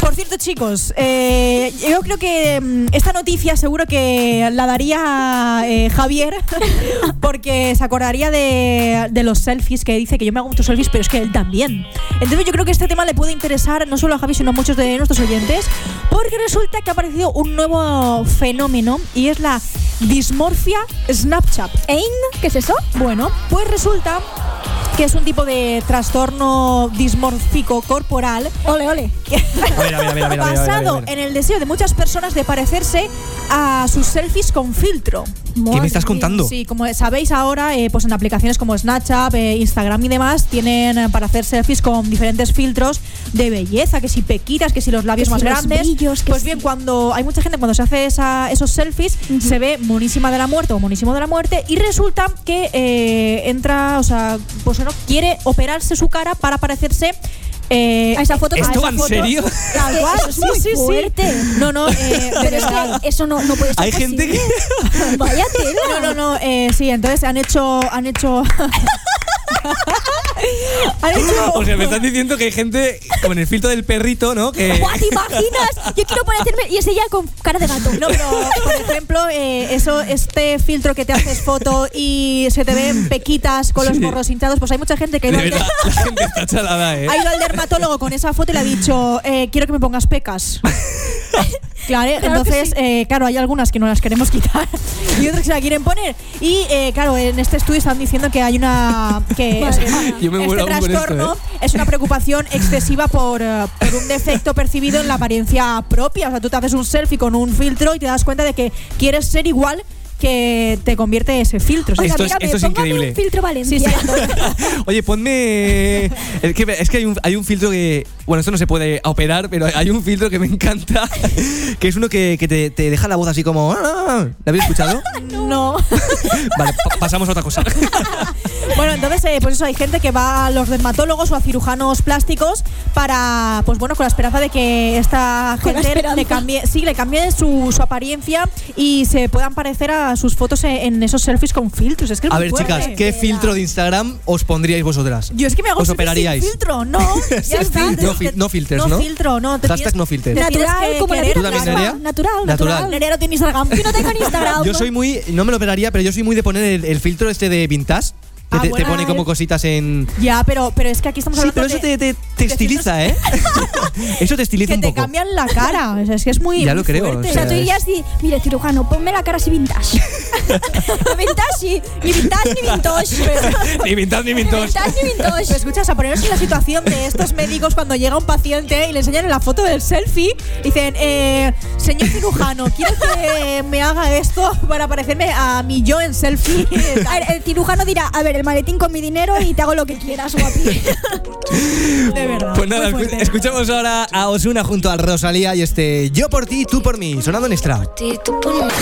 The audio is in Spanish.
Por cierto, chicos, eh, yo creo que mm, esta noticia seguro que la daría eh, Javier, porque se acordaría de, de los selfies que dice que yo me hago muchos selfies, pero es que él también. Entonces, yo creo que este tema le puede interesar no solo a Javi, sino a muchos de nuestros oyentes, porque resulta que ha aparecido un nuevo fenómeno y es la dismorfia Snapchat. ¿Ein? ¿Qué es eso? Bueno, pues resulta que es un tipo de trastorno dismórfico corporal Ole, ole. A ver, a ver, a ver, a ver, a ver, a ver, a ver. basado en el deseo de muchas personas de parecerse a sus selfies con filtro. ¿Qué me estás contando? Sí, como sabéis ahora, eh, pues en aplicaciones como Snapchat, eh, Instagram y demás, tienen eh, para hacer selfies con diferentes filtros de belleza, que si pequitas, que si los labios Que más si los grandes. brillos, que pues si- bien, cuando hay mucha gente cuando se hace esa- esos selfies, se ve monísima de la muerte o monísimo de la muerte y resulta que eh, entra, o sea, pues bueno, quiere operarse su cara para parecerse eh, A esa foto que- a ¿Esto esa va en foto. serio? Tal cual, Eso es muy fuerte. No, no, eh, de Pero es verdad. que eso no, no puede ser. Hay pues gente posible. Vaya tela. No, no, no, eh, sí, entonces han hecho. Han hecho. han hecho. O sea, me estás diciendo que hay gente con el filtro del perrito, ¿no? Que Buah, ¿Te imaginas? Yo quiero parecerme. Y es ella con cara de Pues gato. No, pero por ejemplo, eh, eso, este filtro que te haces foto y se te ven pequitas con los Sí. morros hinchados, pues hay mucha gente que ha de ido, al, verdad, la gente está chalada, ¿eh? ha ido al dermatólogo con esa foto y le ha dicho, eh, quiero que me pongas pecas. Claro, ¿eh? Claro que entonces, sí. eh, claro, hay algunas que no las queremos quitar y otras que se la quieren poner. Y eh, claro, en este estudio están diciendo que hay una. que Madre es- mía. Yo me este muero aún con esto, trastorno ¿eh? es una preocupación excesiva por, eh, por un defecto percibido en la apariencia propia. O sea, tú te haces un selfie con un filtro y te das cuenta de que quieres ser igual que te convierte ese filtro. ¿sabes? Esto es- Mira, me esto es póngame increíble. un filtro Valencia. Sí, sí. Oye, ponme. Es que, es que hay, un, hay un filtro que. Bueno, esto no se puede operar, pero hay un filtro que me encanta. Que es uno que, que te, te deja la voz así como. "Ah". ¿La habéis escuchado? No. Vale, pa- pasamos a otra cosa. Bueno, entonces, eh, pues eso, hay gente que va a los dermatólogos o a cirujanos plásticos para, pues bueno, con la esperanza de que esta Con la gente esperanza. le cambie, sí, le cambie su, su apariencia y se puedan parecer a sus fotos en, en esos selfies con filtros. Es que es A muy ver, fuerte. chicas, ¿qué filtro de Instagram os pondríais vosotras? Yo es que me hago ¿Os selfies operaríais? sin filtro, no. ya está, filtro. te- No fi- no filters, no ¿no? filtro, no. te Hashtag tienes- no filters. te tienes Natural, que como la querer vida ¿Tú también, misma. Nerea? Natural, Natural. natural. Nerea no tiene Instagram. Yo no tengo ni Ah, Instagram. Yo soy muy. No me lo operaría, pero yo soy muy de poner el, el filtro este de vintage. Que Ah, te, te bueno. pone como cositas en. Ya, pero, pero es que aquí estamos Sí, hablando pero eso de te, te- te estiliza, ¿eh? Eso te estiliza que un te poco. cambian la cara. O sea, es que es muy. Ya muy lo creo, fuerte. o O sea, tú dirías, di, mire, cirujano, ponme la cara así vintage. No vintage, sí. Ni vintage, ni vintage. Ni vintage, ni Ni vintage. vintage, ni Pero vintage. escuchas, a ponernos en la situación de estos médicos cuando llega un paciente y le enseñan la foto del selfie, dicen, eh, señor cirujano, ¿quiere que me haga esto para parecerme a mi yo en selfie? A eh, ver, el cirujano dirá, a ver, el maletín con mi dinero y te hago lo que quieras, guapi. De verdad. Pues nada, muy escu- fuerte. escuchamos ahora a Osuna junto a Rosalía y este Yo por ti, tú por mí, sonando en Extra. ti, tú por mí.